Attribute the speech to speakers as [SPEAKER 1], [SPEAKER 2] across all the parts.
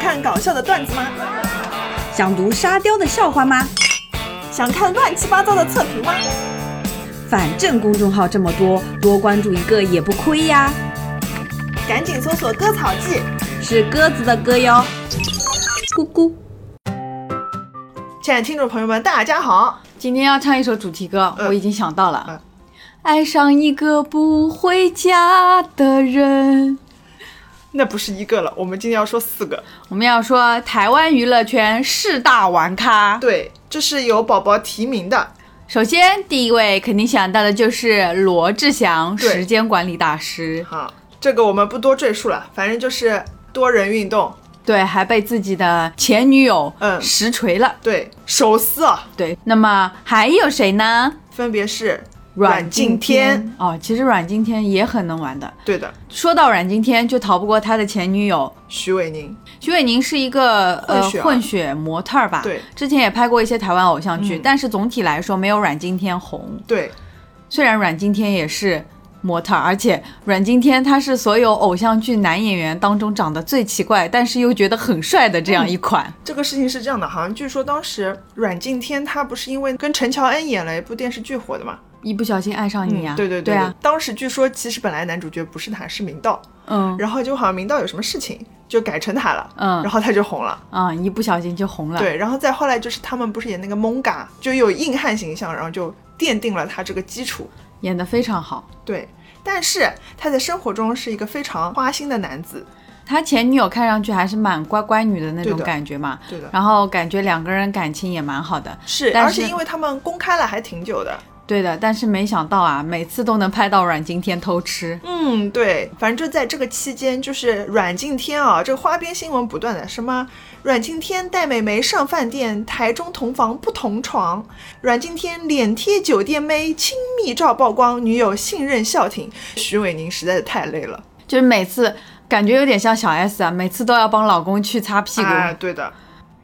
[SPEAKER 1] 看搞笑的段子吗？
[SPEAKER 2] 想读沙雕的笑话吗？
[SPEAKER 1] 想看乱七八糟的测评吗？
[SPEAKER 2] 反正公众号这么多，多关注一个也不亏呀。
[SPEAKER 1] 赶紧搜索“割草记
[SPEAKER 2] 是鸽子的歌哟，咕咕。”。
[SPEAKER 1] 亲爱的听众朋友们，大家好，
[SPEAKER 3] 今天要唱一首主题歌，
[SPEAKER 1] 嗯
[SPEAKER 3] 我已经想到
[SPEAKER 1] 嗯
[SPEAKER 3] 了。爱上一个不回家的人。
[SPEAKER 1] 那不是一个了，我们今天要说四个。
[SPEAKER 3] 我们要说台湾娱乐圈四大玩咖。
[SPEAKER 1] 对，这是由宝宝提名的，
[SPEAKER 3] 首先，第一位肯定想到的就是罗志祥，
[SPEAKER 1] 对
[SPEAKER 3] 时间管理大师。
[SPEAKER 1] 好，这个我们不多赘述了，反正就是多人运动。
[SPEAKER 3] 对，还被自己的前女友
[SPEAKER 1] 嗯
[SPEAKER 3] 实锤了。
[SPEAKER 1] 对，手撕啊，
[SPEAKER 3] 对，那么还有谁呢？
[SPEAKER 1] 分别是
[SPEAKER 3] 敬
[SPEAKER 1] 敬天，
[SPEAKER 3] 哦，其实阮经天也很能玩的。
[SPEAKER 1] 对的，
[SPEAKER 3] 说到阮经天，就逃不过他的前女友
[SPEAKER 1] 徐伟宁，
[SPEAKER 3] 徐伟宁是一个呃
[SPEAKER 1] 混血儿
[SPEAKER 3] 混血模特儿吧？
[SPEAKER 1] 对
[SPEAKER 3] 之前也拍过一些台湾偶像剧，
[SPEAKER 1] 嗯
[SPEAKER 3] 但是总体来说没有阮经天红。
[SPEAKER 1] 对，
[SPEAKER 3] 虽然阮经天也是模特儿，而且阮经天他是所有偶像剧男演员当中长得最奇怪，但是又觉得很帅的这样一款。
[SPEAKER 1] 这个事情是这样的，好像据说当时阮经天他不是因为跟陈乔恩演了一部电视剧火的嘛？
[SPEAKER 3] 一不小心爱上你啊！
[SPEAKER 1] 嗯对对对
[SPEAKER 3] 对啊，
[SPEAKER 1] 当时据说其实本来男主角不是他，是明道，
[SPEAKER 3] 嗯
[SPEAKER 1] 然后就好像明道有什么事情就改成他了，
[SPEAKER 3] 嗯
[SPEAKER 1] 然后他就红了。
[SPEAKER 3] 啊、一不小心就红了。
[SPEAKER 1] 对，然后再后来就是他们不是演那个蒙嘎，就有硬汉形象，然后就奠定了他这个基础。
[SPEAKER 3] 演得非常好。
[SPEAKER 1] 对，但是他在生活中是一个非常花心的男子。
[SPEAKER 3] 他前女友看上去还是蛮乖乖女的那
[SPEAKER 1] 对
[SPEAKER 3] 种
[SPEAKER 1] 的
[SPEAKER 3] 感觉嘛，
[SPEAKER 1] 对的，
[SPEAKER 3] 然后感觉两个人感情也蛮好的，
[SPEAKER 1] 是，
[SPEAKER 3] 但
[SPEAKER 1] 而
[SPEAKER 3] 是
[SPEAKER 1] 且因为他们公开了还挺久的。
[SPEAKER 3] 对的，但是没想到啊，每次都能拍到阮经天偷吃。
[SPEAKER 1] 嗯，对，反正就在这个期间，就是阮经天啊，这个花边新闻不断的，什么阮经天带美眉上饭店，台中同房不同床，阮经天脸贴酒店妹，亲密照曝光，女友信任笑挺，徐伟宁实在是太累了
[SPEAKER 3] 就是每次感觉有点像小 S 啊，每次都要帮老公去擦屁股。
[SPEAKER 1] 啊，对的，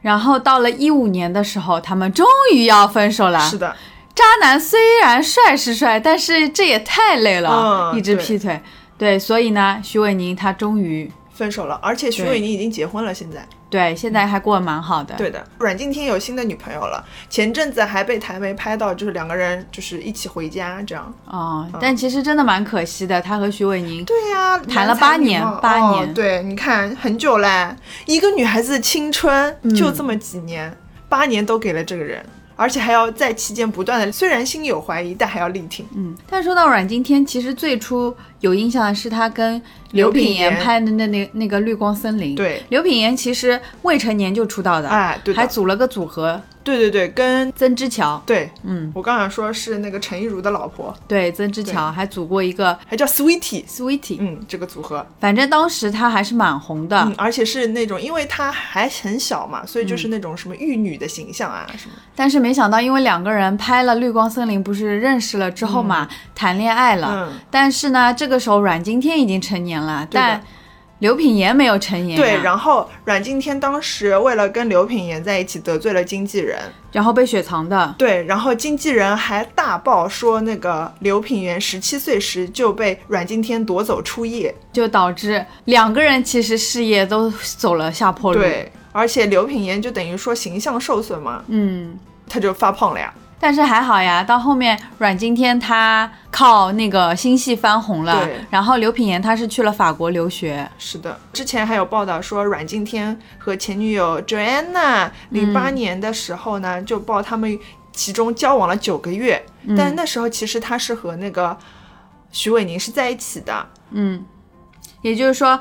[SPEAKER 3] 然后到了一五年的时候，他们终于要分手了。
[SPEAKER 1] 是的，
[SPEAKER 3] 渣男虽然帅是帅，但是这也太累了，
[SPEAKER 1] 嗯
[SPEAKER 3] 一直
[SPEAKER 1] 对
[SPEAKER 3] 劈腿。对，所以呢，徐伟宁他终于
[SPEAKER 1] 分手了，而且徐
[SPEAKER 3] 对
[SPEAKER 1] 伟宁已经结婚了，现在。
[SPEAKER 3] 对现在还过得蛮好的。
[SPEAKER 1] 对的，阮经天有新的女朋友了，前阵子还被台媒拍到，就是两个人就是一起回家这样。
[SPEAKER 3] 哦，但其实真的蛮可惜的，他和徐伟宁
[SPEAKER 1] 对呀、
[SPEAKER 3] 谈了
[SPEAKER 1] 男才
[SPEAKER 3] 八
[SPEAKER 1] 女
[SPEAKER 3] 年
[SPEAKER 1] 貌
[SPEAKER 3] 八
[SPEAKER 1] 哦
[SPEAKER 3] 年
[SPEAKER 1] 对，你看很久嘞，一个女孩子的青春就这么几年，八年都给了这个人，而且还要在期间不断的，虽然心有怀疑，但还要力挺。
[SPEAKER 3] 嗯，但说到阮经天，其实最初有印象的是他跟刘品言
[SPEAKER 1] 刘品言
[SPEAKER 3] 拍的那那那个《绿光森林》。
[SPEAKER 1] 对，
[SPEAKER 3] 刘品言其实未成年就出道的，
[SPEAKER 1] 哎，对
[SPEAKER 3] 还
[SPEAKER 1] 的，
[SPEAKER 3] 组了个组合
[SPEAKER 1] 对对对，跟
[SPEAKER 3] 曾之乔。
[SPEAKER 1] 对
[SPEAKER 3] 嗯，
[SPEAKER 1] 我刚想说是那个陈亦儒的老婆，
[SPEAKER 3] 对，曾之乔还组过一个
[SPEAKER 1] 还叫 Sweetie。
[SPEAKER 3] Sweetie，、
[SPEAKER 1] 嗯，这个组合，
[SPEAKER 3] 反正当时他还是蛮红的。
[SPEAKER 1] 嗯，而且是那种，因为她还很小
[SPEAKER 3] 嗯
[SPEAKER 1] 嘛，所以就是那种什么玉女的形象啊，什么
[SPEAKER 3] 但是没想到，因为两个人拍了《绿光森林》，不是认识了之后嘛，谈恋爱了。
[SPEAKER 1] 嗯，
[SPEAKER 3] 但是呢，这个时候阮经天已经成年了，
[SPEAKER 1] 对的
[SPEAKER 3] 但刘品言没有成年、啊。
[SPEAKER 1] 对。然后阮经天当时为了跟刘品言在一起，得罪了经纪人，
[SPEAKER 3] 然后被雪藏的。
[SPEAKER 1] 对，然后经纪人还大爆说，那个刘品言十七岁时就被阮经天夺走初夜，
[SPEAKER 3] 就导致两个人其实事业都走了下坡路。，
[SPEAKER 1] 对，而且刘品言就等于说形象受损嘛，
[SPEAKER 3] 嗯，
[SPEAKER 1] 他就发胖了呀，
[SPEAKER 3] 但是还好呀，到后面阮经天他靠那个新戏翻红了
[SPEAKER 1] 对，
[SPEAKER 3] 然后刘品言他是去了法国留学，
[SPEAKER 1] 是的，之前还有报道说，阮经天和前女友 Joanna 零八年的时候呢，就报他们其中交往了九个月，但那时候其实他是和那个徐伟宁是在一起的，
[SPEAKER 3] 嗯，也就是说，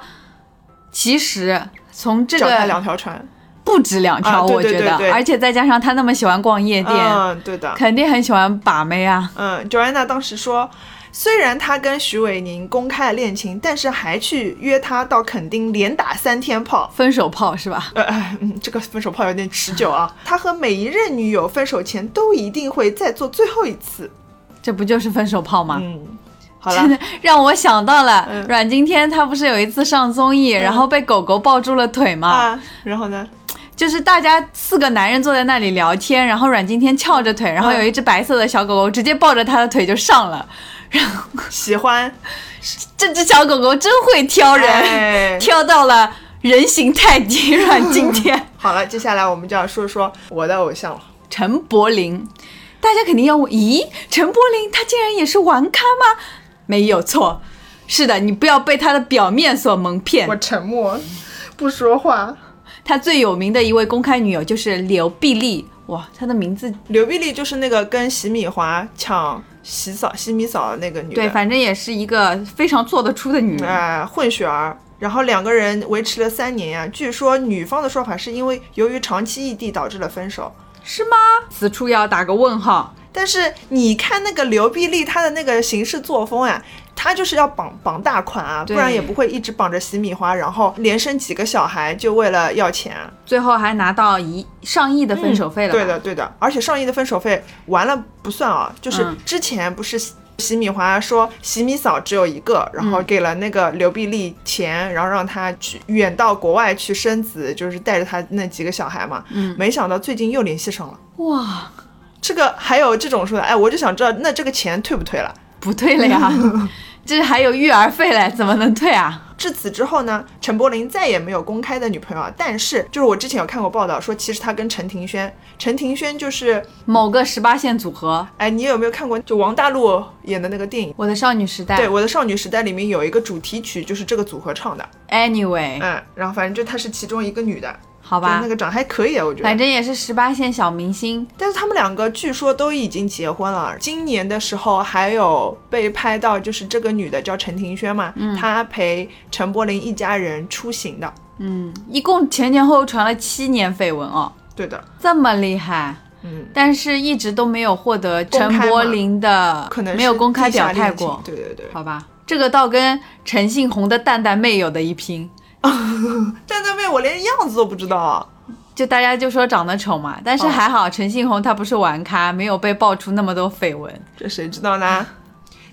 [SPEAKER 3] 其实从这
[SPEAKER 1] 脚踏
[SPEAKER 3] 个
[SPEAKER 1] 两条船。
[SPEAKER 3] 不止两条，
[SPEAKER 1] 啊对
[SPEAKER 3] 我觉
[SPEAKER 1] 对
[SPEAKER 3] 得，
[SPEAKER 1] 对对
[SPEAKER 3] 而且再加上他那么喜欢逛夜店，
[SPEAKER 1] 嗯，对的。
[SPEAKER 3] 肯定很喜欢把妹啊。
[SPEAKER 1] 嗯，Joanna 当时说，虽然他跟徐伟宁公开了恋情，但是还去约他到垦丁连打三天炮。
[SPEAKER 3] 分手炮是吧？
[SPEAKER 1] 呃， 哎嗯，这个分手炮有点持久 啊。他和每一任女友分手前都一定会再做最后一次。
[SPEAKER 3] 这不就是分手炮吗？
[SPEAKER 1] 嗯，好
[SPEAKER 3] 啊真
[SPEAKER 1] 了，
[SPEAKER 3] 的让我想到了、
[SPEAKER 1] 嗯
[SPEAKER 3] 阮经天，他不是有一次上综艺，然后被狗狗抱住了腿吗？
[SPEAKER 1] 啊，然后呢？
[SPEAKER 3] 就是大家四个男人坐在那里聊天，然后阮经天翘着腿，
[SPEAKER 1] 嗯
[SPEAKER 3] 然后有一只白色的小狗狗直接抱着他的腿就上了。
[SPEAKER 1] 喜欢
[SPEAKER 3] 这只小狗狗真会挑人，
[SPEAKER 1] 哎
[SPEAKER 3] 挑到了人形泰迪阮经天。
[SPEAKER 1] 好了，接下来我们就要说说我的偶像了。
[SPEAKER 3] 陈柏霖，大家肯定要问：咦，陈柏霖他竟然也是玩咖吗？没有错，是的，你不要被他的表面所蒙
[SPEAKER 1] 我
[SPEAKER 3] 骗。
[SPEAKER 1] 沉默，不说话。
[SPEAKER 3] 他最有名的一位公开女友就是刘碧丽，哇，她的名字
[SPEAKER 1] 刘碧丽就是那个跟洗米华抢洗澡、洗米澡的那个女的，
[SPEAKER 3] 对，反正也是一个非常做得出的女人。
[SPEAKER 1] 哎、混血儿。然后两个人维持了三年呀、据说女方的说法是因为由于长期异地导致了分手。
[SPEAKER 3] 是吗？此处要打个问号。
[SPEAKER 1] 但是你看那个刘碧丽，她的那个行事作风啊，她就是要绑绑大款啊，不
[SPEAKER 3] 对
[SPEAKER 1] 然也不会一直绑着洗米花，然后连生几个小孩就为了要钱。啊
[SPEAKER 3] 最后还拿到一上亿的分手费了、
[SPEAKER 1] 嗯对的，，对的。而且上亿的分手费完了不算啊，就是
[SPEAKER 3] 嗯
[SPEAKER 1] 之前不是洗洗米华说洗米嫂只有一个，然
[SPEAKER 3] 嗯
[SPEAKER 1] 后给了那个刘碧丽钱，然后让她去远到国外去生子，就是带着她那几个小孩嘛。嗯，没想到最近又联系上了。
[SPEAKER 3] 哇，
[SPEAKER 1] 这个还有这种说的，哎，我就想知道那这个钱退不退了？
[SPEAKER 3] 不退 了呀，这还有育儿费嘞，怎么能退啊？
[SPEAKER 1] 至此之后呢，陈柏霖再也没有公开的女朋友啊。但是，就是我之前有看过报道说，其实他跟陈庭轩，陈庭轩就是，
[SPEAKER 3] 某个十八线组合，
[SPEAKER 1] 哎，你有没有看过就王大陆演的那个电影？
[SPEAKER 3] 我的少女时代
[SPEAKER 1] 对，《我的少女时代》里面有一个主题曲，就是这个组合唱的，
[SPEAKER 3] ，anyway，、
[SPEAKER 1] 嗯，然后反正就她是其中一个女的，
[SPEAKER 3] 好
[SPEAKER 1] 好
[SPEAKER 3] 吧
[SPEAKER 1] 那，个长得还可以的，啊我觉
[SPEAKER 3] 反
[SPEAKER 1] 得。
[SPEAKER 3] 正也是十八线小明星，
[SPEAKER 1] 但是他们两个据说都已经结婚了，今年的时候还有被拍到，就是这个女的叫陈庭轩嘛，
[SPEAKER 3] 嗯
[SPEAKER 1] 她陪陈柏霖一家人出行的，
[SPEAKER 3] 一共前前后后传了七年绯闻哦，
[SPEAKER 1] 对的，
[SPEAKER 3] 这么厉害。
[SPEAKER 1] 嗯，
[SPEAKER 3] 但是一直都没有获得
[SPEAKER 1] 公
[SPEAKER 3] 陈
[SPEAKER 1] 开嘛
[SPEAKER 3] 柏霖的，
[SPEAKER 1] 可能是
[SPEAKER 3] 没有公开
[SPEAKER 1] 地下
[SPEAKER 3] 表态
[SPEAKER 1] 恋情
[SPEAKER 3] 过，
[SPEAKER 1] 对对对。
[SPEAKER 3] 好吧？这个倒跟陈信宏的蛋蛋妹有的一拼，
[SPEAKER 1] 但那妹我连样子都不知道，啊
[SPEAKER 3] 就大家就说长得丑嘛，但是
[SPEAKER 1] 哦
[SPEAKER 3] 还好陈信宏他不是玩咖，没有被爆出那么多绯闻。
[SPEAKER 1] 这谁知道呢？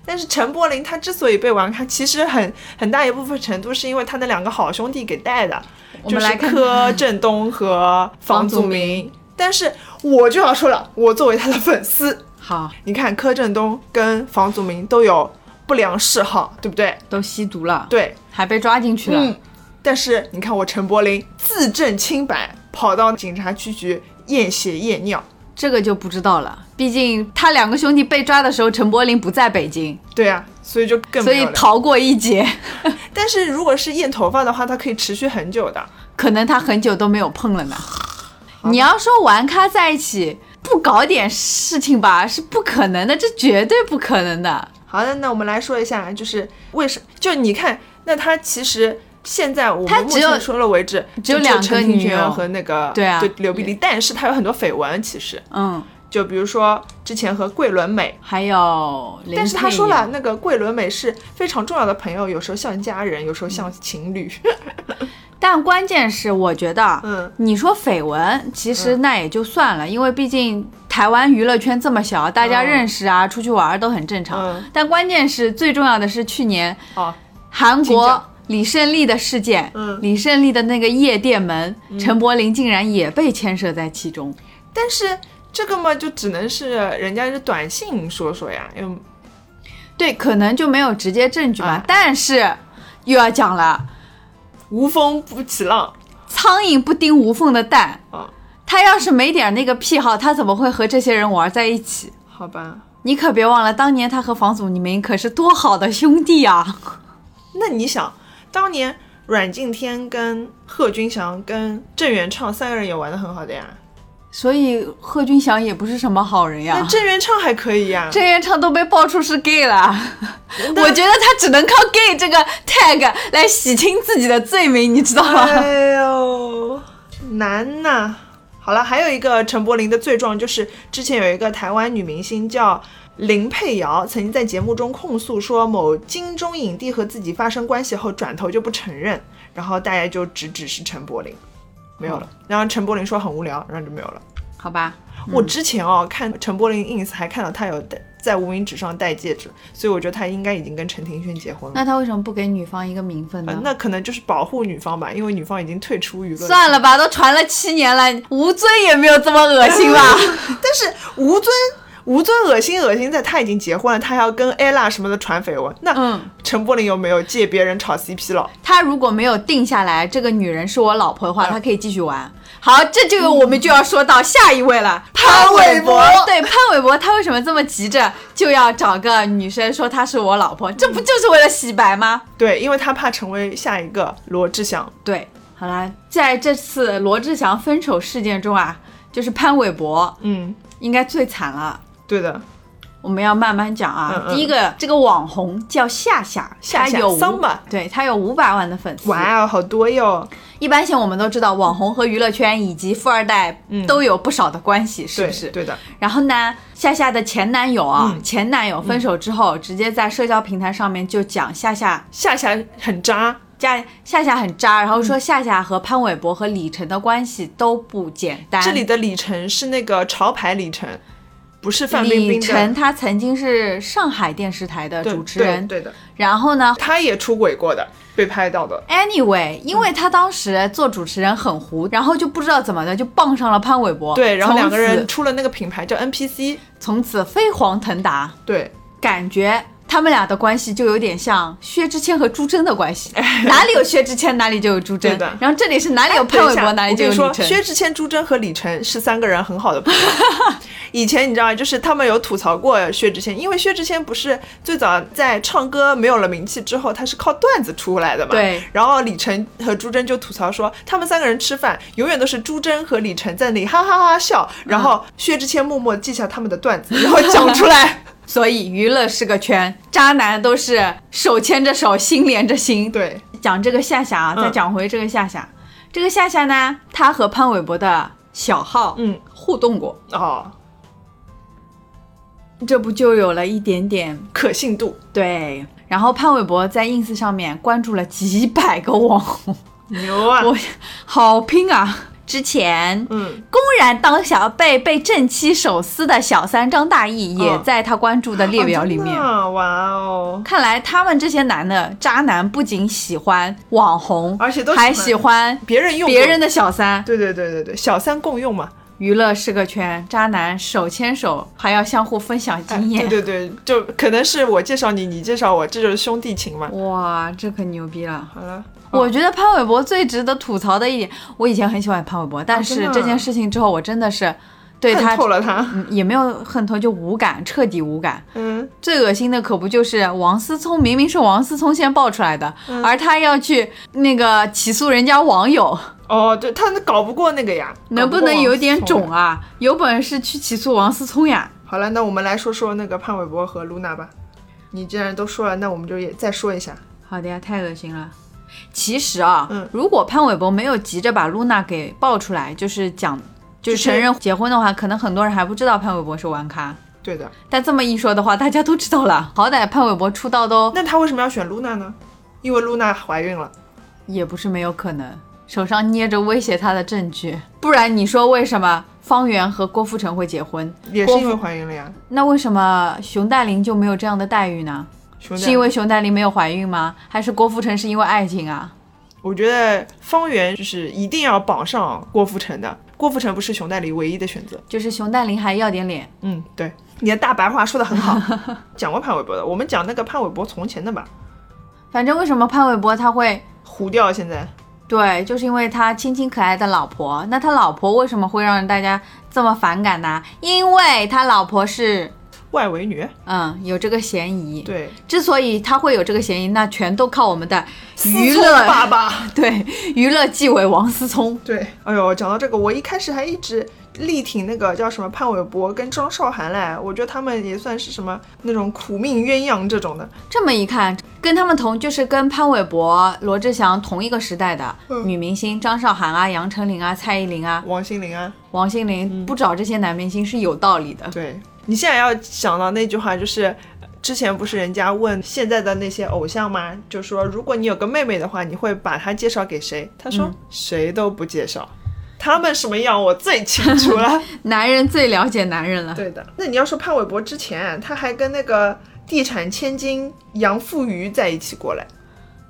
[SPEAKER 1] 但是陈柏霖他之所以被玩咖，其实很很大一部分程度是因为他那两个好兄弟给带的，
[SPEAKER 3] 我
[SPEAKER 1] 就
[SPEAKER 3] 们
[SPEAKER 1] 是
[SPEAKER 3] 来看
[SPEAKER 1] 柯震东 和房祖
[SPEAKER 3] 祖
[SPEAKER 1] 名。但是我就要说了，我作为他的粉丝，
[SPEAKER 3] 好，
[SPEAKER 1] 你看柯震东跟房祖名都有不良嗜好，对不对？
[SPEAKER 3] 都吸毒了，
[SPEAKER 1] 对，
[SPEAKER 3] 还被抓进去了。
[SPEAKER 1] 嗯。但是你看我陈柏霖自证清白，跑到警察局局验血验尿，
[SPEAKER 3] 这个就不知道了，毕竟他两个兄弟被抓的时候，陈柏霖不在北京，
[SPEAKER 1] 对啊，所以就更
[SPEAKER 3] 所
[SPEAKER 1] 没有
[SPEAKER 3] 以
[SPEAKER 1] 了
[SPEAKER 3] 逃过一劫。
[SPEAKER 1] 但是如果是验头发的话，它可以持续很久的。
[SPEAKER 3] 可能他很久都没有碰了呢。你要说玩咖在一起不搞点事情吧，是不可能的，这绝对不可能的。
[SPEAKER 1] 好的，那我们来说一下，就是为什就你看，那他其实现在我
[SPEAKER 3] 他
[SPEAKER 1] 们目
[SPEAKER 3] 只有
[SPEAKER 1] 前说了为止，
[SPEAKER 3] 只有
[SPEAKER 1] 就
[SPEAKER 3] 两个
[SPEAKER 1] 陈庭
[SPEAKER 3] 女友
[SPEAKER 1] 轩和那个
[SPEAKER 3] 对啊
[SPEAKER 1] 就刘碧丽，但是他有很多绯闻，其实
[SPEAKER 3] 嗯，
[SPEAKER 1] 就比如说之前和桂纶镁。
[SPEAKER 3] 还有林佩瑶，
[SPEAKER 1] 但是他说
[SPEAKER 3] 嗯
[SPEAKER 1] 了，那个桂纶镁是非常重要的朋友，有时候像家人，有时候
[SPEAKER 3] 嗯
[SPEAKER 1] 像情侣。
[SPEAKER 3] 但关键是我觉得，
[SPEAKER 1] 嗯，
[SPEAKER 3] 你说绯闻，其实那也就算了，因为毕竟台湾娱乐圈这么小，大家
[SPEAKER 1] 嗯
[SPEAKER 3] 认识啊、出去玩儿都很正常。
[SPEAKER 1] 嗯
[SPEAKER 3] 但关键是最重要的是去年
[SPEAKER 1] 哦，
[SPEAKER 3] 韩
[SPEAKER 1] 请
[SPEAKER 3] 国
[SPEAKER 1] 讲
[SPEAKER 3] 李胜利的事件，
[SPEAKER 1] 嗯
[SPEAKER 3] 李胜利的那个夜店门，陈柏霖竟然也被牵涉在其中。
[SPEAKER 1] 但是这个嘛，就只能是人家是短信说说呀，因为
[SPEAKER 3] 对，可能就没有直接证据嘛，
[SPEAKER 1] 哎
[SPEAKER 3] 但是又要讲了，
[SPEAKER 1] 无风不起浪。
[SPEAKER 3] 苍蝇不叮无缝的蛋。
[SPEAKER 1] 嗯
[SPEAKER 3] 他要是没点那个癖好，他怎么会和这些人玩在一起？
[SPEAKER 1] 好吧，
[SPEAKER 3] 你可别忘了，当年他和房祖名可是多好的兄弟啊！
[SPEAKER 1] 那你想，当年阮经天跟贺军翔跟郑元畅三个人也玩的很好的呀，
[SPEAKER 3] 所以贺军翔也不是什么好人
[SPEAKER 1] 那
[SPEAKER 3] 呀。
[SPEAKER 1] 郑元畅还可以呀。
[SPEAKER 3] 郑元畅都被爆出是 gay 了， 我觉得他只能靠 gay 这个 tag 来洗清自己的罪名，你知道吗？
[SPEAKER 1] 哎呦，难呐！好了，还有一个陈柏霖的罪状就是，之前有一个台湾女明星叫林佩瑶，曾经在节目中控诉说某金钟影帝和自己发生关系后，转头就不承认，然后大家就直指是陈柏霖，没有了。然后陈柏霖说很无聊，然后就没有了。
[SPEAKER 3] 好吧，
[SPEAKER 1] 我
[SPEAKER 3] 嗯
[SPEAKER 1] 之前哦看陈柏霖 ins 还看到他有戴在无名指上戴戒指，所以我觉得他应该已经跟陈庭轩结婚了。
[SPEAKER 3] 那他为什么不给女方一个名分
[SPEAKER 1] 呃
[SPEAKER 3] 呢？
[SPEAKER 1] 那可能就是保护女方吧，因为女方已经退出娱乐。
[SPEAKER 3] 嗯算了，吧，都传了七年了，吴尊也没有这么恶心吧？
[SPEAKER 1] 但是吴尊，吴尊恶心恶心在他已经结婚了，他还要跟 ella 什么的传绯闻，那
[SPEAKER 3] 嗯
[SPEAKER 1] 陈柏霖有没有借别人炒 CP 了？
[SPEAKER 3] 他如果没有定下来这个女人是我老婆的
[SPEAKER 1] 嗯
[SPEAKER 3] 话，他可以继续玩。好，这就我们就要说到下一位了，
[SPEAKER 1] 潘玮柏
[SPEAKER 3] 对潘玮柏，他为什么这么急着就要找个女生说她是我老婆？这
[SPEAKER 1] 嗯
[SPEAKER 3] 不就是为了洗白吗？
[SPEAKER 1] 对，因为他怕成为下一个罗志祥。
[SPEAKER 3] 对，好啦，在这次罗志祥分手事件中啊，就是潘玮柏
[SPEAKER 1] 嗯，
[SPEAKER 3] 应该最惨了。
[SPEAKER 1] 对的，
[SPEAKER 3] 我们要慢慢讲啊。
[SPEAKER 1] 嗯嗯
[SPEAKER 3] 第一个，这个网红叫夏夏，
[SPEAKER 1] 夏夏
[SPEAKER 3] 她有五
[SPEAKER 1] 桑巴
[SPEAKER 3] 对她有五百万的粉丝。
[SPEAKER 1] 哇哦，好多哟。
[SPEAKER 3] 一般性我们都知道，网红和娱乐圈以及富二代都有不少的关系，是
[SPEAKER 1] 对
[SPEAKER 3] 不是？
[SPEAKER 1] 嗯对的，
[SPEAKER 3] 然后呢，夏夏的前男友啊，
[SPEAKER 1] 嗯
[SPEAKER 3] 前男友分手之后，直接在社交平台上面就讲夏夏
[SPEAKER 1] 夏夏很渣，
[SPEAKER 3] 夏夏夏很渣，然后
[SPEAKER 1] 嗯
[SPEAKER 3] 说夏夏和潘玮柏和李晨的关系都不简单。
[SPEAKER 1] 这里的李晨是那个潮牌李晨，不是范冰
[SPEAKER 3] 李
[SPEAKER 1] 冰
[SPEAKER 3] 晨
[SPEAKER 1] 的
[SPEAKER 3] 他曾经是上海电视台
[SPEAKER 1] 嗯
[SPEAKER 3] 的
[SPEAKER 1] 对
[SPEAKER 3] 主持人，
[SPEAKER 1] 对对的，
[SPEAKER 3] 然后呢，
[SPEAKER 1] 他也出轨过的，被拍到的。
[SPEAKER 3] Anyway，因为他当时做主持人很糊，然后就不知道怎么的就傍上了潘玮柏，
[SPEAKER 1] 对，然后两个人
[SPEAKER 3] 从此
[SPEAKER 1] 出了那个品牌叫 NPC，
[SPEAKER 3] 从此飞黄腾达，
[SPEAKER 1] 对，
[SPEAKER 3] 感觉他们俩的关系就有点像薛之谦和朱桢的关 系，哪里有薛之谦哪里就有朱桢
[SPEAKER 1] 对的，
[SPEAKER 3] 然后这里是哪里有潘玮
[SPEAKER 1] 等一
[SPEAKER 3] 柏
[SPEAKER 1] 下
[SPEAKER 3] 哪里就有
[SPEAKER 1] 我跟
[SPEAKER 3] 李
[SPEAKER 1] 你说，
[SPEAKER 3] 晨
[SPEAKER 1] 薛。之谦、朱桢和李晨是三个人很好的朋友。 以前你知道，就是他们有吐槽过薛之谦，因为薛之谦不是最早在唱歌没有了名气之后，他是靠段子出来的嘛。
[SPEAKER 3] 对
[SPEAKER 1] 然后李晨和朱桢就吐槽说，他们三个人吃饭永远都是朱桢和李晨在那里哈哈哈哈笑，然后薛之谦默默记下他们的段子，然后讲出 来。
[SPEAKER 3] 所以娱乐是个圈，渣男都是手牵着手，心连着心。嗯
[SPEAKER 1] 对，
[SPEAKER 3] 讲这个夏夏啊，
[SPEAKER 1] 嗯
[SPEAKER 3] 再讲回这个夏夏，这个夏夏呢，她和潘玮柏的小号
[SPEAKER 1] 嗯
[SPEAKER 3] 互动过。
[SPEAKER 1] 哦，
[SPEAKER 3] 这不就有了一点点
[SPEAKER 1] 可信度，
[SPEAKER 3] 对。然后潘玮柏在 ins 上面关注了几百个网红，
[SPEAKER 1] 牛 啊！
[SPEAKER 3] 我好拼啊！之前
[SPEAKER 1] 嗯，
[SPEAKER 3] 公然当小被被正妻手撕的小三张大奕也
[SPEAKER 1] 嗯
[SPEAKER 3] 在他关注的列表里
[SPEAKER 1] 哦真
[SPEAKER 3] 面
[SPEAKER 1] 的。啊哇哦，
[SPEAKER 3] 看来他们这些男的渣男不仅喜欢网红，
[SPEAKER 1] 而且都喜欢
[SPEAKER 3] 还喜欢
[SPEAKER 1] 别人用
[SPEAKER 3] 别
[SPEAKER 1] 过
[SPEAKER 3] 人的小三。
[SPEAKER 1] 对对对对对，小三共用嘛。
[SPEAKER 3] 娱乐是个圈，渣男手牵手还要相互分享经验。
[SPEAKER 1] 哎对对对，就可能是我介绍你，你介绍我，这就是兄弟情嘛。
[SPEAKER 3] 哇，这可牛逼了！
[SPEAKER 1] 好了，
[SPEAKER 3] 我觉得潘玮柏最值得吐槽的一点，我以前很喜欢潘玮柏，但
[SPEAKER 1] 真
[SPEAKER 3] 是
[SPEAKER 1] 的啊
[SPEAKER 3] 这件事情之后，我真的是对
[SPEAKER 1] 看
[SPEAKER 3] 他
[SPEAKER 1] 透了他。
[SPEAKER 3] 嗯，也没有恨透，就无感，彻底无感。
[SPEAKER 1] 嗯，
[SPEAKER 3] 最恶心的可不就是王思聪，明明是王思聪先爆出来的，
[SPEAKER 1] 嗯
[SPEAKER 3] 而他要去那个起诉人家网友，
[SPEAKER 1] 哦，对他搞不过那个呀，
[SPEAKER 3] 能
[SPEAKER 1] 搞
[SPEAKER 3] 不
[SPEAKER 1] 过
[SPEAKER 3] 能有点
[SPEAKER 1] 王思
[SPEAKER 3] 种
[SPEAKER 1] 聪？
[SPEAKER 3] 啊？有本事去起诉王思聪呀！
[SPEAKER 1] 好了，那我们来说说那个潘玮柏和露娜吧。你既然都说了，那我们就也再说一下。
[SPEAKER 3] 好的呀，太恶心了。其实啊，
[SPEAKER 1] 嗯
[SPEAKER 3] 如果潘玮柏没有急着把露娜给爆出来，就是讲，
[SPEAKER 1] 就
[SPEAKER 3] 就
[SPEAKER 1] 是
[SPEAKER 3] 承认结婚的话，可能很多人还不知道潘玮柏是玩咖。
[SPEAKER 1] 对的，
[SPEAKER 3] 但这么一说的话，大家都知道了。好歹潘玮柏出道都
[SPEAKER 1] 那他为什么要选露娜呢？因为露娜怀孕了。
[SPEAKER 3] 也不是没有可能，手上捏着威胁他的证据，不然你说为什么方圆和郭富城会结婚？
[SPEAKER 1] 也是
[SPEAKER 3] 郭
[SPEAKER 1] 因为
[SPEAKER 3] 富
[SPEAKER 1] 怀孕了呀，
[SPEAKER 3] 那为什么熊黛林就没有这样的待遇呢？
[SPEAKER 1] 兄弟。啊
[SPEAKER 3] 是因为熊黛林没有怀孕吗？还是郭富城是因为爱情啊？
[SPEAKER 1] 我觉得方圆就是一定要绑上郭富城的，郭富城不是熊黛林唯一的选择。
[SPEAKER 3] 就是熊黛林还要点脸，
[SPEAKER 1] 嗯，对，你的大白话说的很好。讲过潘玮柏的，我们讲那个潘玮柏从前的吧，
[SPEAKER 3] 反正为什么潘玮柏他会
[SPEAKER 1] 糊掉现在。
[SPEAKER 3] 对，就是因为他清清可爱的老婆。那他老婆为什么会让大家这么反感呢？因为他老婆是
[SPEAKER 1] 外围女，
[SPEAKER 3] 嗯有这个嫌疑。
[SPEAKER 1] 对，
[SPEAKER 3] 之所以他会有这个嫌疑，那全都靠我们的娱
[SPEAKER 1] 思聪
[SPEAKER 3] 乐
[SPEAKER 1] 爸爸，
[SPEAKER 3] 对娱乐纪委王思聪。
[SPEAKER 1] 对，哎呦，讲到这个，我一开始还一直力挺那个叫什么潘玮柏跟张韶涵嘞，我觉得他们也算是什么那种苦命鸳鸯这种的，
[SPEAKER 3] 这么一看，跟他们同就是跟潘玮柏、罗志祥同一个时代的
[SPEAKER 1] 嗯
[SPEAKER 3] 女明星，张韶涵啊、杨丞琳啊、蔡依林啊、
[SPEAKER 1] 王心凌啊，
[SPEAKER 3] 王心凌，不找这些男明星是有道理的。
[SPEAKER 1] 对你现在要想到那句话就是。之前不是人家问现在的那些偶像吗？就说如果你有个妹妹的话，你会把她介绍给谁？他说、谁都不介绍，他们什么样我最清楚 了。
[SPEAKER 3] 男人最了解男人了。
[SPEAKER 1] 对的，那你要说潘玮柏之前，他还跟那个地产千金杨富余在一起过嘞。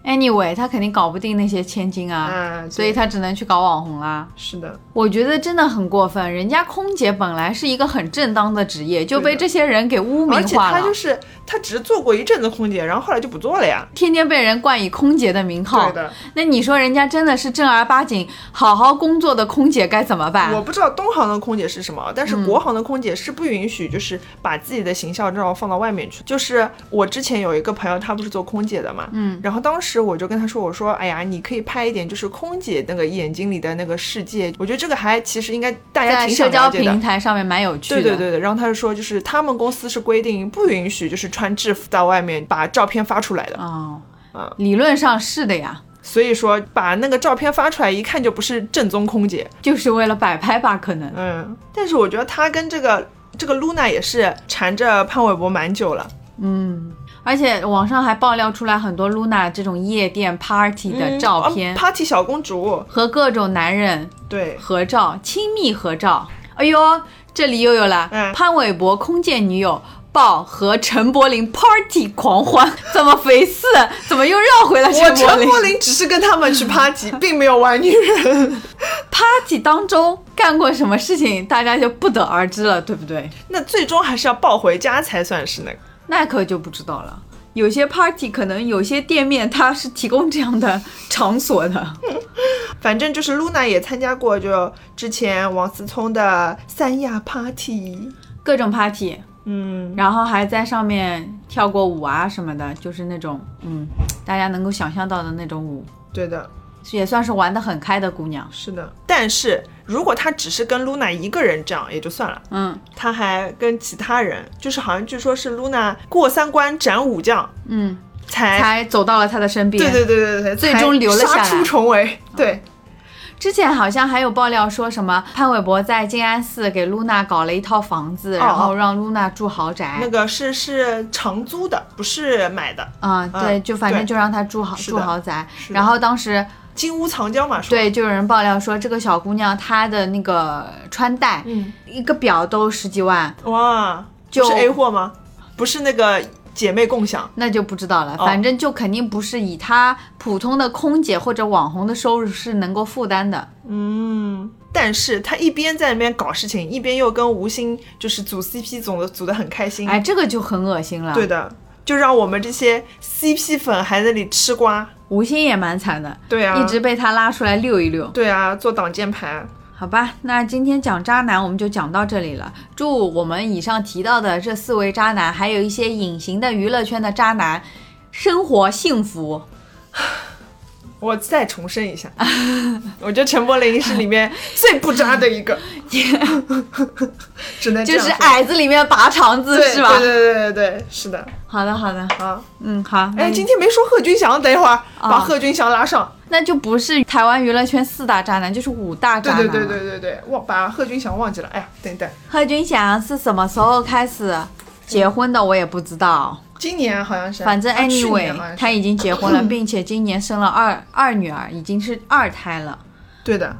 [SPEAKER 3] Anyway，他肯定搞不定那些千金啊，
[SPEAKER 1] 啊，对
[SPEAKER 3] 所以他只能去搞网红啦。
[SPEAKER 1] 是的，
[SPEAKER 3] 我觉得真的很过分，人家空姐本来是一个很正当的职业，就被这些人给污
[SPEAKER 1] 而
[SPEAKER 3] 名
[SPEAKER 1] 且
[SPEAKER 3] 化
[SPEAKER 1] 他
[SPEAKER 3] 了，
[SPEAKER 1] 就是他只做过一阵子空姐，然后后来就不做了呀。
[SPEAKER 3] 天天被人冠以空姐的名号
[SPEAKER 1] 对。的，
[SPEAKER 3] 那你说人家真的是正儿八经好好工作的空姐该怎么
[SPEAKER 1] 我
[SPEAKER 3] 办？
[SPEAKER 1] 不知道东航的空姐是什么，但
[SPEAKER 3] 嗯
[SPEAKER 1] 是国航的空姐是不允许，就是把自己的形象照放到外面去。就是我之前有一个朋友，她不是做空姐的嘛，嗯，然后当时我就跟她说，我说，哎呀，你可以拍一点就是空姐那个眼睛里的那个世界，我觉得这个还其实应该大家
[SPEAKER 3] 在
[SPEAKER 1] 挺
[SPEAKER 3] 社
[SPEAKER 1] 想
[SPEAKER 3] 交
[SPEAKER 1] 了解的
[SPEAKER 3] 平。台上面蛮有趣的。
[SPEAKER 1] 对对对对，然后她就说，就是他们公司是规定不允许就是穿制服到外面把照片发出来的，
[SPEAKER 3] 哦
[SPEAKER 1] 嗯，
[SPEAKER 3] 理论上是的呀，
[SPEAKER 1] 所以说把那个照片发出来一看就不是正宗空姐。
[SPEAKER 3] 就是为了摆拍吧，可能。
[SPEAKER 1] 嗯，但是我觉得他跟这个这个露娜也是缠着潘玮柏蛮久了。
[SPEAKER 3] 而且网上还爆料出来很多露娜这种夜店 party
[SPEAKER 1] 嗯
[SPEAKER 3] 的照片、
[SPEAKER 1] p a r t y 哦小公主，
[SPEAKER 3] 和各种男人
[SPEAKER 1] 对，
[SPEAKER 3] 合照，亲密合照。哎呦，这里又有了、
[SPEAKER 1] 嗯
[SPEAKER 3] 潘玮柏空见女友。爆和陈柏霖 party 狂欢， 怎么回事？怎么又绕回了
[SPEAKER 1] 我
[SPEAKER 3] 陈柏
[SPEAKER 1] 陈
[SPEAKER 3] 霖
[SPEAKER 1] 柏霖只是跟他们去 party，并没 有玩女人。
[SPEAKER 3] ？party 当中干过什么事情，大家就不得而知了，对不对？
[SPEAKER 1] 那最终还是要抱回家才算是那个。
[SPEAKER 3] 那可就不知道了。有些 party 可能有些店面它是提供这样的场所的，
[SPEAKER 1] 反正就是露娜也参加过，就之前王思聪的三亚 party。
[SPEAKER 3] 各种 party，
[SPEAKER 1] 嗯，
[SPEAKER 3] 然后还在上面跳过舞啊什么的，就是那种嗯，大家能够想象到的那种舞，
[SPEAKER 1] 对的，
[SPEAKER 3] 也算是玩得很开的姑娘。
[SPEAKER 1] 是的。但是如果他只是跟露娜一个人这样也就算了，
[SPEAKER 3] 嗯
[SPEAKER 1] 他还跟其他人，就是好像据说是露娜过三关斩五将
[SPEAKER 3] 嗯，
[SPEAKER 1] 才
[SPEAKER 3] 才走到了她的身边。
[SPEAKER 1] 哎对对对对对，
[SPEAKER 3] 最终留了下
[SPEAKER 1] 才
[SPEAKER 3] 来嗯
[SPEAKER 1] 杀出重围。对，
[SPEAKER 3] 之前好像还有爆料说什么潘玮柏在静安寺给露娜搞了一套房子，
[SPEAKER 1] 哦
[SPEAKER 3] 然后让露娜住豪宅。
[SPEAKER 1] 那个是是长租的，不是买的。
[SPEAKER 3] 嗯，对，
[SPEAKER 1] 嗯
[SPEAKER 3] 就反正
[SPEAKER 1] 对
[SPEAKER 3] 就让她住豪
[SPEAKER 1] 是
[SPEAKER 3] 住
[SPEAKER 1] 的
[SPEAKER 3] 豪宅。
[SPEAKER 1] 是的
[SPEAKER 3] 然后当时
[SPEAKER 1] 金屋藏娇嘛，说
[SPEAKER 3] 对，就有人爆料说，这个小姑娘她的那个穿戴，
[SPEAKER 1] 嗯
[SPEAKER 3] 一个表都十几万，
[SPEAKER 1] 哇，
[SPEAKER 3] 就
[SPEAKER 1] 不是 A 货吗？不是那个姐妹共享。
[SPEAKER 3] 那就不知道了。
[SPEAKER 1] 哦
[SPEAKER 3] 反正就肯定不是以她普通的空姐或者网红的收入是能够负担的。
[SPEAKER 1] 嗯，但是他一边在那边搞事情，一边又跟吴昕就是组 CP 组的组的很开心。
[SPEAKER 3] 哎，这个就很恶心了。
[SPEAKER 1] 嗯对，的，就让我们这些 CP 粉还在那里吃瓜。
[SPEAKER 3] 吴昕也蛮惨的，
[SPEAKER 1] 对啊，
[SPEAKER 3] 一直被她拉出来溜一溜。
[SPEAKER 1] 对啊，做挡箭牌。
[SPEAKER 3] 好吧，那今天讲渣男我们就讲到这里了。祝我们以上提到的这四位渣男，还有一些隐形的娱乐圈的渣男，生活 幸福。
[SPEAKER 1] 我再重申一下， 我觉得陈柏霖是里 面最不渣的一个，只能这
[SPEAKER 3] 就
[SPEAKER 1] 样
[SPEAKER 3] 是
[SPEAKER 1] 说
[SPEAKER 3] 矮子里面拔肠子
[SPEAKER 1] 对
[SPEAKER 3] 是吧？
[SPEAKER 1] 对对对对对，是的
[SPEAKER 3] 好的，好的，
[SPEAKER 1] 啊。
[SPEAKER 3] 嗯，好。那
[SPEAKER 1] 哎，
[SPEAKER 3] 你
[SPEAKER 1] 今天没说贺军翔，等一会儿把
[SPEAKER 3] 啊
[SPEAKER 1] 贺军翔拉上。
[SPEAKER 3] 那就不是台湾娱乐圈四大渣男，就是五大渣
[SPEAKER 1] 对
[SPEAKER 3] 男
[SPEAKER 1] 对
[SPEAKER 3] 了。
[SPEAKER 1] 对对对对，忘把贺军翔忘记了。哎呀，等一等，
[SPEAKER 3] 贺军翔是什么时候开始结婚的？我也不知道。
[SPEAKER 1] 今年好像是，
[SPEAKER 3] 反正
[SPEAKER 1] 啊去
[SPEAKER 3] anyway，、
[SPEAKER 1] 年好像是
[SPEAKER 3] 他已经结婚了，并且今年生了二二女儿，已经是二胎了。
[SPEAKER 1] 对的。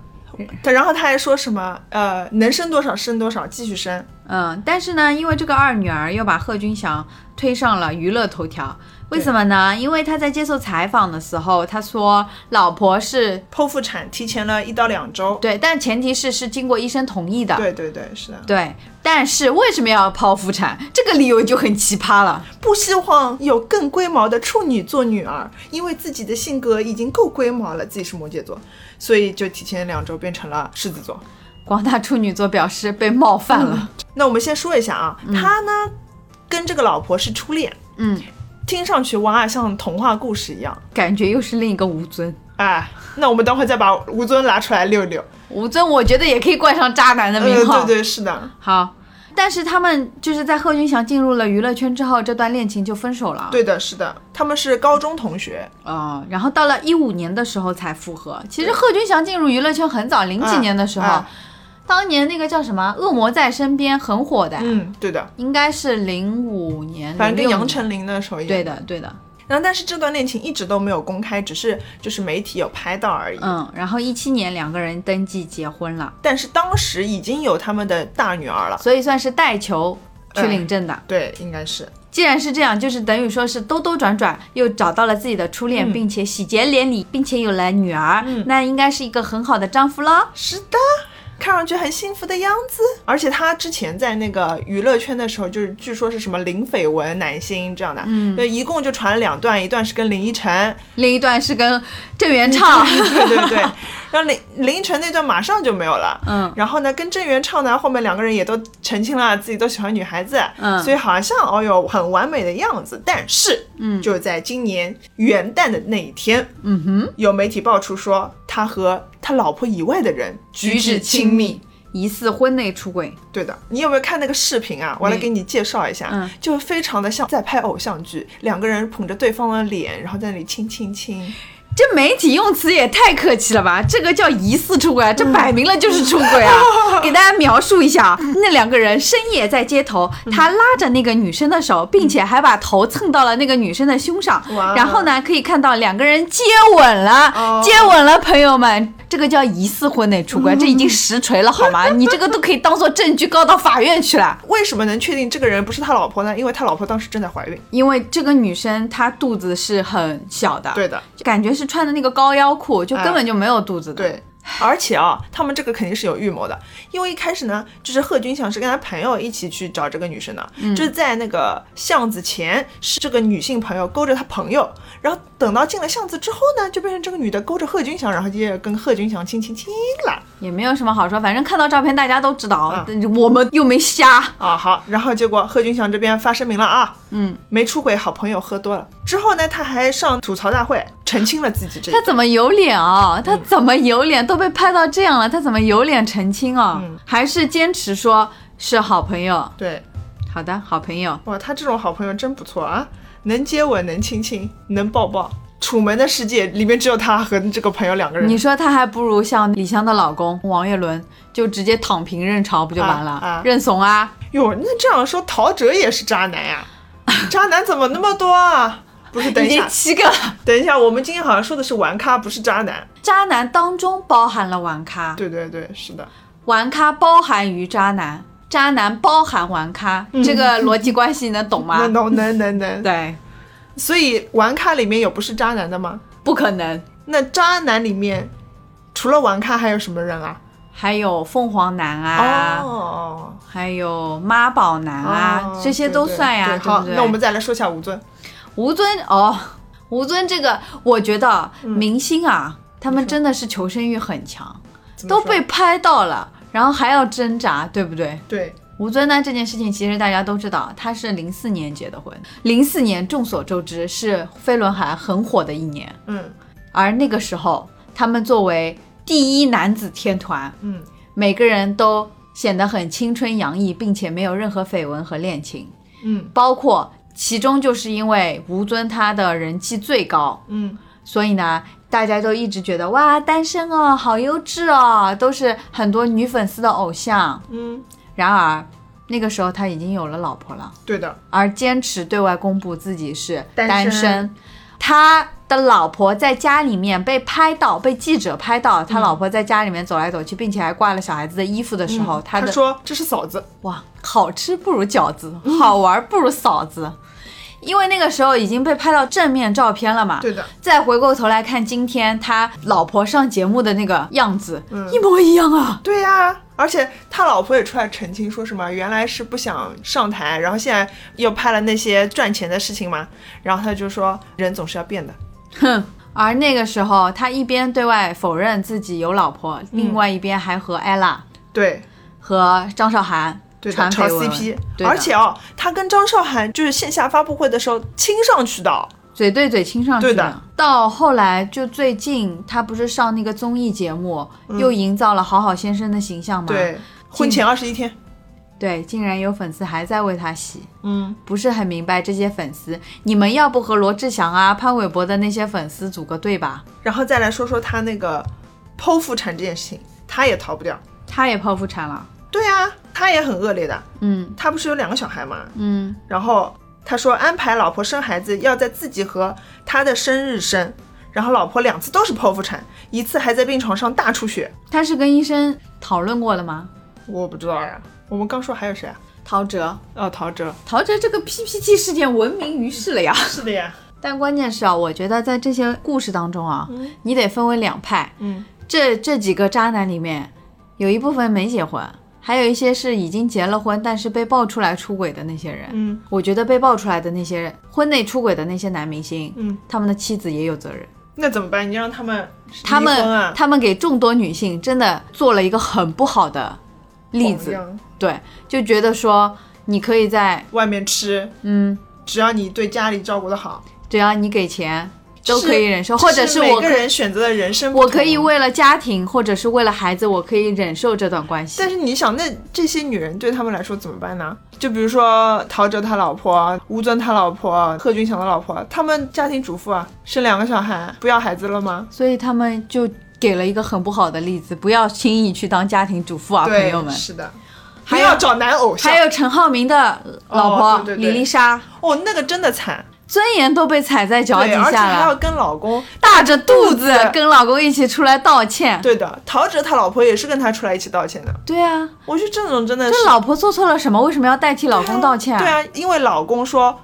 [SPEAKER 1] 他然后他还说什么？呃，能生多少生多少，继续生。
[SPEAKER 3] 嗯，但是呢，因为这个二女儿又把贺军翔推上了娱乐头条，为
[SPEAKER 1] 对
[SPEAKER 3] 什么呢？因为他在接受采访的时候，他说老婆是
[SPEAKER 1] 剖腹产提前了一到两周。
[SPEAKER 3] 对，但前提是是经过医生同意的。
[SPEAKER 1] 对对对，是的。
[SPEAKER 3] 对，但是为什么要剖腹产？这个理由就很奇葩了。
[SPEAKER 1] 不希望有更龟毛的处女座女儿，因为自己的性格已经够龟毛了，自己是摩羯座，所以就提前两周变成了狮子座。
[SPEAKER 3] 广大处女座表示被冒犯了。
[SPEAKER 1] 那我们先说一下啊，他呢跟这个老婆是初恋，
[SPEAKER 3] 嗯，
[SPEAKER 1] 听上去哇像童话故事一样。
[SPEAKER 3] 感觉又是另一个吴尊。啊
[SPEAKER 1] 哎，那我们等会再把吴尊拿出来溜一溜。
[SPEAKER 3] 吴尊，我觉得也可以冠上渣男的
[SPEAKER 1] 呃，
[SPEAKER 3] 名号。啊
[SPEAKER 1] 对对是的，
[SPEAKER 3] 好，但是他们就是在贺军翔进入了娱乐圈之后，这段恋情就分手了。
[SPEAKER 1] 对的是的，他们是高中同学，
[SPEAKER 3] 哦，然后到了一五年的时候才复合。其实贺军翔进入娱乐圈很早，零几
[SPEAKER 1] 嗯
[SPEAKER 3] 年的时候，
[SPEAKER 1] 嗯
[SPEAKER 3] 当年那个叫什么《恶魔在身边》很火的，
[SPEAKER 1] 嗯，对的，
[SPEAKER 3] 应该是零五年，
[SPEAKER 1] 反正跟
[SPEAKER 3] 06
[SPEAKER 1] 杨
[SPEAKER 3] 年
[SPEAKER 1] 丞琳的时候一样。
[SPEAKER 3] 对的，对的，
[SPEAKER 1] 然后但是这段恋情一直都没有公开，只是就是媒体有拍到而已。
[SPEAKER 3] 嗯，然后一七年两个人登记结婚了，
[SPEAKER 1] 但是当时已经有他们的大女儿了，
[SPEAKER 3] 所以算是带球去
[SPEAKER 1] 嗯
[SPEAKER 3] 领证的。
[SPEAKER 1] 对，应该是
[SPEAKER 3] 既然是这样，就是等于说是兜兜转转又找到了自己的初恋，
[SPEAKER 1] 嗯
[SPEAKER 3] 并且喜结连理，并且有了女儿，那应该是一个很好的丈夫了。
[SPEAKER 1] 是的，看上去很幸福的样子。而且他之前在那个娱乐圈的时候，就是据说是什么零绯闻男星这样的，嗯，对，一共就传了两段，一段是跟林依晨，
[SPEAKER 3] 另一段是跟郑元畅，
[SPEAKER 1] 对对对，然后林林依晨那段马上就没有了，
[SPEAKER 3] 嗯，
[SPEAKER 1] 然后呢，跟郑元畅呢，后面两个人也都澄清了自己都喜欢女孩子，
[SPEAKER 3] 嗯
[SPEAKER 1] 所以好像哦哟很完美的样子，但是，嗯，就在今年元旦的那一天，
[SPEAKER 3] 嗯哼，
[SPEAKER 1] 有媒体爆出说他和他老婆以外的人举止亲密。，
[SPEAKER 3] 疑似婚内出轨。
[SPEAKER 1] 对的，你有没有看那个视频啊？我来
[SPEAKER 3] 没
[SPEAKER 1] 给你介绍一下，
[SPEAKER 3] 嗯
[SPEAKER 1] 就非常的像在拍偶像剧，两个人捧着对方的脸，然后在那里亲亲亲。
[SPEAKER 3] 这媒体用词也太客气了吧？这个叫疑似出轨啊，这摆明了就是出轨啊！ 给大家描述一下啊，那两个人深夜在街头，他拉着那个女生的手，并且还把头蹭到了那个女生的胸上
[SPEAKER 1] 哇，
[SPEAKER 3] 然后呢，可以看到两个人接吻了
[SPEAKER 1] 哦，
[SPEAKER 3] 接吻了，朋友们。这个叫疑似婚内出轨，这已经实锤了，好 吗？你这个都可以当做证据告到法院去了。
[SPEAKER 1] 为什么能确定这个人不是他老婆呢？因为他老婆当时正在怀孕。
[SPEAKER 3] 因为这个女生她肚子是很小的，
[SPEAKER 1] 对的，
[SPEAKER 3] 感觉是穿的那个高腰裤，就根本就没有肚子的。
[SPEAKER 1] 哎对，而且啊，他们这个肯定是有预谋的，因为一开始呢，就是贺军翔是跟他朋友一起去找这个女生的，就是在那个巷子前，是这个女性朋友勾着他朋友，然后等到进了巷子之后呢，就变成这个女的勾着贺军翔，然后接着跟贺军翔亲亲亲了
[SPEAKER 3] 也没有什么好说，反正看到照片大家都知道，
[SPEAKER 1] 啊
[SPEAKER 3] 但是我们又 没瞎。
[SPEAKER 1] 啊。好，然后结果贺军翔这边发声明了啊，
[SPEAKER 3] 嗯，
[SPEAKER 1] 没出轨，好朋友喝多了。之后呢，他还上吐槽大会澄清了自己这一
[SPEAKER 3] 他怎么有脸
[SPEAKER 1] 嗯
[SPEAKER 3] 啊？他怎么有脸？都被拍到这样了，他怎么有脸澄清啊？
[SPEAKER 1] 嗯
[SPEAKER 3] 还是坚持说是好朋友。
[SPEAKER 1] 对。
[SPEAKER 3] 好的，好朋友。
[SPEAKER 1] 哇，他这种好朋友真不错啊，能接吻，能亲亲，能抱抱。楚门的世界里面只有他和这个朋友两个人，
[SPEAKER 3] 你说他还不如像李湘的老公王岳伦，就直接躺平认潮不就完了？
[SPEAKER 1] 啊啊
[SPEAKER 3] 认怂啊！
[SPEAKER 1] 哟，那这样说陶喆也是渣男呀、渣男怎么那么多啊？不是，等
[SPEAKER 3] 已
[SPEAKER 1] 一
[SPEAKER 3] 经
[SPEAKER 1] 下，
[SPEAKER 3] 七个了，
[SPEAKER 1] 等一下，我们今天好像说的是玩咖，不是渣男。
[SPEAKER 3] 渣男当中包含了玩咖，
[SPEAKER 1] 对对对，是的，
[SPEAKER 3] 玩咖包含于渣男，渣男包含玩咖，
[SPEAKER 1] 嗯
[SPEAKER 3] 这个逻辑关系你能 懂吗？
[SPEAKER 1] 能能能能能。
[SPEAKER 3] 对，
[SPEAKER 1] 所以玩咖里面有不是渣男的吗？
[SPEAKER 3] 不可能。
[SPEAKER 1] 那渣男里面除了玩咖还有什么人啊？
[SPEAKER 3] 还有凤凰男啊，
[SPEAKER 1] 哦，
[SPEAKER 3] 还有妈宝男啊，
[SPEAKER 1] 哦
[SPEAKER 3] 这些都
[SPEAKER 1] 对对
[SPEAKER 3] 算呀，
[SPEAKER 1] 对
[SPEAKER 3] 对
[SPEAKER 1] 好，
[SPEAKER 3] 不对？
[SPEAKER 1] 那我们再来说一下吴尊。
[SPEAKER 3] 吴尊哦，吴尊这个，我觉得
[SPEAKER 1] 嗯
[SPEAKER 3] 明星啊，他们真的是求生欲很强，
[SPEAKER 1] 怎么
[SPEAKER 3] 都
[SPEAKER 1] 说
[SPEAKER 3] 被拍到了，然后还要挣扎，对不对？
[SPEAKER 1] 对
[SPEAKER 3] 吴尊呢这件事情，其实大家都知道，他是零四年结的婚，零四年众所周知是飞轮海很火的一年，
[SPEAKER 1] 嗯
[SPEAKER 3] 而那个时候他们作为第一男子天团，
[SPEAKER 1] 嗯，
[SPEAKER 3] 每个人都显得很青春洋溢，并且没有任何绯闻和恋情，
[SPEAKER 1] 嗯
[SPEAKER 3] 包括其中就是因为吴尊他的人气最高，
[SPEAKER 1] 嗯
[SPEAKER 3] 所以呢，大家都一直觉得哇，单身哦，好优质哦，都是很多女粉丝的偶像。
[SPEAKER 1] 嗯，
[SPEAKER 3] 然而那个时候他已经有了老婆了，
[SPEAKER 1] 对的，
[SPEAKER 3] 而坚持对外公布自己是单
[SPEAKER 1] 单身
[SPEAKER 3] 他的老婆在家里面被拍到，被记者拍到，
[SPEAKER 1] 嗯
[SPEAKER 3] 他老婆在家里面走来走去，并且还挂了小孩子的衣服的时候，
[SPEAKER 1] 嗯他
[SPEAKER 3] 的
[SPEAKER 1] 说这是嫂子，
[SPEAKER 3] 哇，好吃不如饺子，好玩不如嫂子。因为那个时候已经被拍到正面照片了嘛，
[SPEAKER 1] 对的，
[SPEAKER 3] 再回过头来看今天他老婆上节目的那个样子，
[SPEAKER 1] 嗯
[SPEAKER 3] 一模一样啊！
[SPEAKER 1] 对呀、而且他老婆也出来澄清，说什么原来是不想上台，然后现在又拍了那些赚钱的事情嘛，然后他就说人总是要变的，
[SPEAKER 3] 哼。而那个时候，他一边对外否认自己有老婆，
[SPEAKER 1] 嗯
[SPEAKER 3] 另外一边还和 ella
[SPEAKER 1] 对
[SPEAKER 3] 和张韶涵
[SPEAKER 1] 对的，
[SPEAKER 3] 传
[SPEAKER 1] 炒
[SPEAKER 3] 绯闻
[SPEAKER 1] CP，
[SPEAKER 3] 对的
[SPEAKER 1] 而且哦，他跟张韶涵就是线下发布会的时候亲上去的哦，
[SPEAKER 3] 嘴对嘴亲上去
[SPEAKER 1] 对的
[SPEAKER 3] 到后来，就最近他不是上那个综艺节目，又营造了好好先生的形象嘛？
[SPEAKER 1] 嗯对，婚前二十一天，
[SPEAKER 3] 对，竟然有粉丝还在为他洗，
[SPEAKER 1] 嗯，
[SPEAKER 3] 不是很明白这些粉丝，你们要不和罗志祥啊、潘玮柏的那些粉丝组个队吧？
[SPEAKER 1] 然后再来说说他那个剖腹产这件事情，他也逃不掉，
[SPEAKER 3] 他也剖腹产了，
[SPEAKER 1] 对啊，他也很恶劣的，
[SPEAKER 3] 嗯
[SPEAKER 1] 他不是有两个小孩吗？
[SPEAKER 3] 嗯，
[SPEAKER 1] 然后他说安排老婆生孩子要在自己和他的生日生，然后老婆两次都是剖腹产，一次还在病床上大出血。
[SPEAKER 3] 他是跟医生讨论过的吗？
[SPEAKER 1] 我不知道呀，我们刚说还有谁啊？
[SPEAKER 3] 陶喆，
[SPEAKER 1] 哦，陶喆
[SPEAKER 3] 陶喆这个 PPT 事件闻名于世了呀。
[SPEAKER 1] 是的呀，
[SPEAKER 3] 但关键是啊，我觉得在这些故事当中啊，你得分为两派。
[SPEAKER 1] 嗯，
[SPEAKER 3] 这这几个渣男里面，有一部分没结婚，还有一些是已经结了婚，但是被爆出来出轨的那些人。
[SPEAKER 1] 嗯，
[SPEAKER 3] 我觉得被爆出来的那些婚内出轨的那些男明星，
[SPEAKER 1] 嗯，
[SPEAKER 3] 他们的妻子也有责任。
[SPEAKER 1] 那怎么办？你让他们
[SPEAKER 3] 他们、
[SPEAKER 1] 离婚啊，
[SPEAKER 3] 他们给众多女性真的做了一个很不好的例
[SPEAKER 1] 榜
[SPEAKER 3] 子，
[SPEAKER 1] 样
[SPEAKER 3] 对，就觉得说你可以在
[SPEAKER 1] 外面吃，
[SPEAKER 3] 嗯，
[SPEAKER 1] 只要你对家里照顾的好，
[SPEAKER 3] 只要你给钱都
[SPEAKER 1] 是
[SPEAKER 3] 可以忍受，或者
[SPEAKER 1] 是
[SPEAKER 3] 我
[SPEAKER 1] 每
[SPEAKER 3] 可
[SPEAKER 1] 个人选择的人生不
[SPEAKER 3] 我可以
[SPEAKER 1] 同。
[SPEAKER 3] 为了家庭或者是为了孩子，我可以忍受这段关系。
[SPEAKER 1] 但是你想，那这些女人对他们来说怎么办呢？就比如说陶喆他老婆、吴尊他老婆、贺军翔的老婆，他们家庭主妇啊，生两个小孩，不要孩子了吗？
[SPEAKER 3] 所以他们就给了一个很不好的例子，不要轻易去当家庭主妇啊，朋
[SPEAKER 1] 对
[SPEAKER 3] 友，们。
[SPEAKER 1] 是的，不
[SPEAKER 3] 还有
[SPEAKER 1] 要找男偶像。
[SPEAKER 3] 还有陈浩民的老婆、
[SPEAKER 1] 哦对对对
[SPEAKER 3] 李丽莎，
[SPEAKER 1] 哦，那个真的惨，
[SPEAKER 3] 尊严都被踩在脚底
[SPEAKER 1] 对，而且
[SPEAKER 3] 下
[SPEAKER 1] 还要
[SPEAKER 3] 了，
[SPEAKER 1] 跟老公。
[SPEAKER 3] 大着肚
[SPEAKER 1] 肚子
[SPEAKER 3] 子跟老公一起出来道歉。
[SPEAKER 1] 对的，陶喆他老婆也是跟他出来一起道歉的。
[SPEAKER 3] 对啊，
[SPEAKER 1] 我觉得这种真的是
[SPEAKER 3] 这老婆做错了什么？为什么要代替老公道歉、
[SPEAKER 1] 对，啊，因为老公说，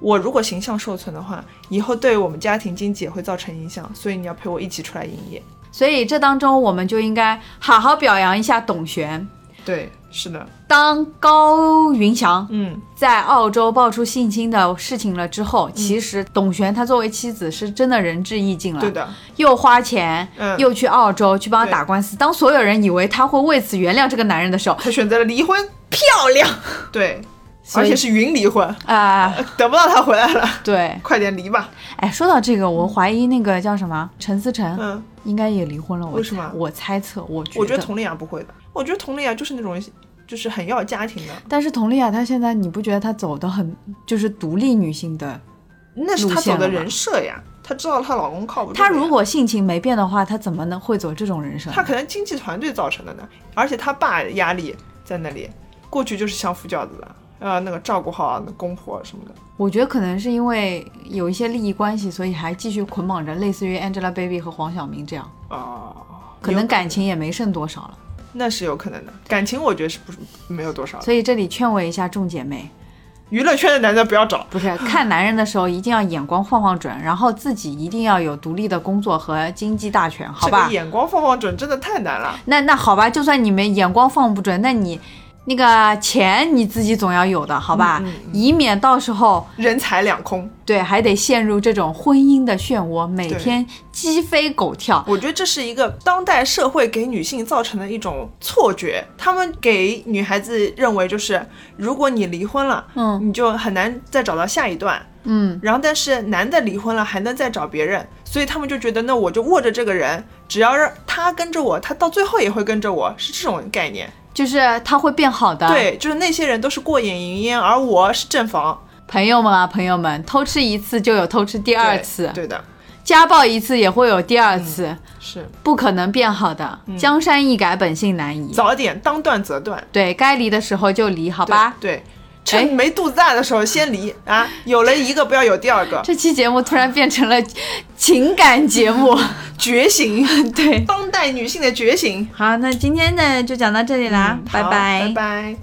[SPEAKER 1] 我如果形象受损的话，以后对我们家庭经济也会造成影响，所以你要陪我一起出来营业。
[SPEAKER 3] 所以这当中我们就应该好好表扬一下董璇。
[SPEAKER 1] 对，是的，
[SPEAKER 3] 当高云翔
[SPEAKER 1] 嗯，
[SPEAKER 3] 在澳洲爆出性侵的事情了之后，其实董璇她作为妻子是真的仁至义尽了，
[SPEAKER 1] 对，的，
[SPEAKER 3] 又花钱，
[SPEAKER 1] 嗯
[SPEAKER 3] 又去澳洲去帮他
[SPEAKER 1] 对
[SPEAKER 3] 打官司。当所有人以为她会为此原谅这个男人 的时候，
[SPEAKER 1] 他选择了离婚，漂亮。对，
[SPEAKER 3] 所
[SPEAKER 1] 而
[SPEAKER 3] 以
[SPEAKER 1] 且是云离 婚，
[SPEAKER 3] 啊、
[SPEAKER 1] 等不到他回来了，
[SPEAKER 3] 对，
[SPEAKER 1] 快点离吧。
[SPEAKER 3] 哎，说到这个，我怀疑那个叫什么陈思诚，
[SPEAKER 1] 嗯，
[SPEAKER 3] 应该也离婚了。我
[SPEAKER 1] 为什么
[SPEAKER 3] 猜我猜测，我觉
[SPEAKER 1] 我觉得佟丽娅不会的，我觉得佟丽娅就是那种就是很要家庭的，
[SPEAKER 3] 但是佟丽娅她现在，你不觉得她走的很就是独立女性的？
[SPEAKER 1] 那是她
[SPEAKER 3] 路线
[SPEAKER 1] 走的
[SPEAKER 3] 了吧
[SPEAKER 1] 人设呀。她知道她老公靠不啊住的呀。
[SPEAKER 3] 她如果性情没变的话，她怎么能会走这种人生？
[SPEAKER 1] 他可能经济团队造成的呢，而且他爸压力在那里，过去就是相夫教子的，呃，那个照顾好公婆什么的。
[SPEAKER 3] 我觉得可能是因为有一些利益关系，所以还继续捆绑着类似于 Angelababy 和黄晓明这样，
[SPEAKER 1] 哦，
[SPEAKER 3] 可能感情也没剩多少了。
[SPEAKER 1] 那是有可能的，感情我觉得是不是没有多少的。
[SPEAKER 3] 所以这里劝慰一下众姐妹，
[SPEAKER 1] 娱乐圈的男的不要找，
[SPEAKER 3] 不是看男人的时候一定要眼光放放准，然后自己一定要有独立的工作和经济大权，好
[SPEAKER 1] 这个
[SPEAKER 3] 吧？
[SPEAKER 1] 眼光放放准真的太难了。
[SPEAKER 3] 那那好吧，就算你们眼光放不准，那你那个钱你自己总要有的，好吧？以免到时候
[SPEAKER 1] 人财两空，
[SPEAKER 3] 对还得陷入这种婚姻的漩涡，每
[SPEAKER 1] 对
[SPEAKER 3] 天鸡飞狗跳。
[SPEAKER 1] 我觉得这是一个当代社会给女性造成的一种错觉，他们给女孩子认为就是，如果你离婚了，
[SPEAKER 3] 嗯，
[SPEAKER 1] 你就很难再找到下一段，
[SPEAKER 3] 嗯，
[SPEAKER 1] 然后但是男的离婚了还能再找别人，所以他们就觉得那我就握着这个人，只要让他跟着我，他到最后也会跟着我，是这种概念。
[SPEAKER 3] 就是他会变好的。，
[SPEAKER 1] 对，就是那些人都是过眼云烟，而我是正房。
[SPEAKER 3] 朋友们啊，朋友们，偷吃一次就有偷吃第二
[SPEAKER 1] 对
[SPEAKER 3] 次，
[SPEAKER 1] 对的，
[SPEAKER 3] 家暴一次也会有第二次，
[SPEAKER 1] 是
[SPEAKER 3] 不可能变好的。江山易改，本性难移。
[SPEAKER 1] 早点当断则断，
[SPEAKER 3] 对该离的时候就离，好
[SPEAKER 1] 对
[SPEAKER 3] 吧？
[SPEAKER 1] 对，
[SPEAKER 3] 哎
[SPEAKER 1] 趁没肚子大的时候先离啊，有了一个不要有第二个，
[SPEAKER 3] 这期节目突然变成了情感节 目，
[SPEAKER 1] 觉醒。
[SPEAKER 3] 对。
[SPEAKER 1] 当代女性的觉醒。
[SPEAKER 3] 嗯好，那今天呢就讲到这里啦，
[SPEAKER 1] 好
[SPEAKER 3] 拜
[SPEAKER 1] 拜拜。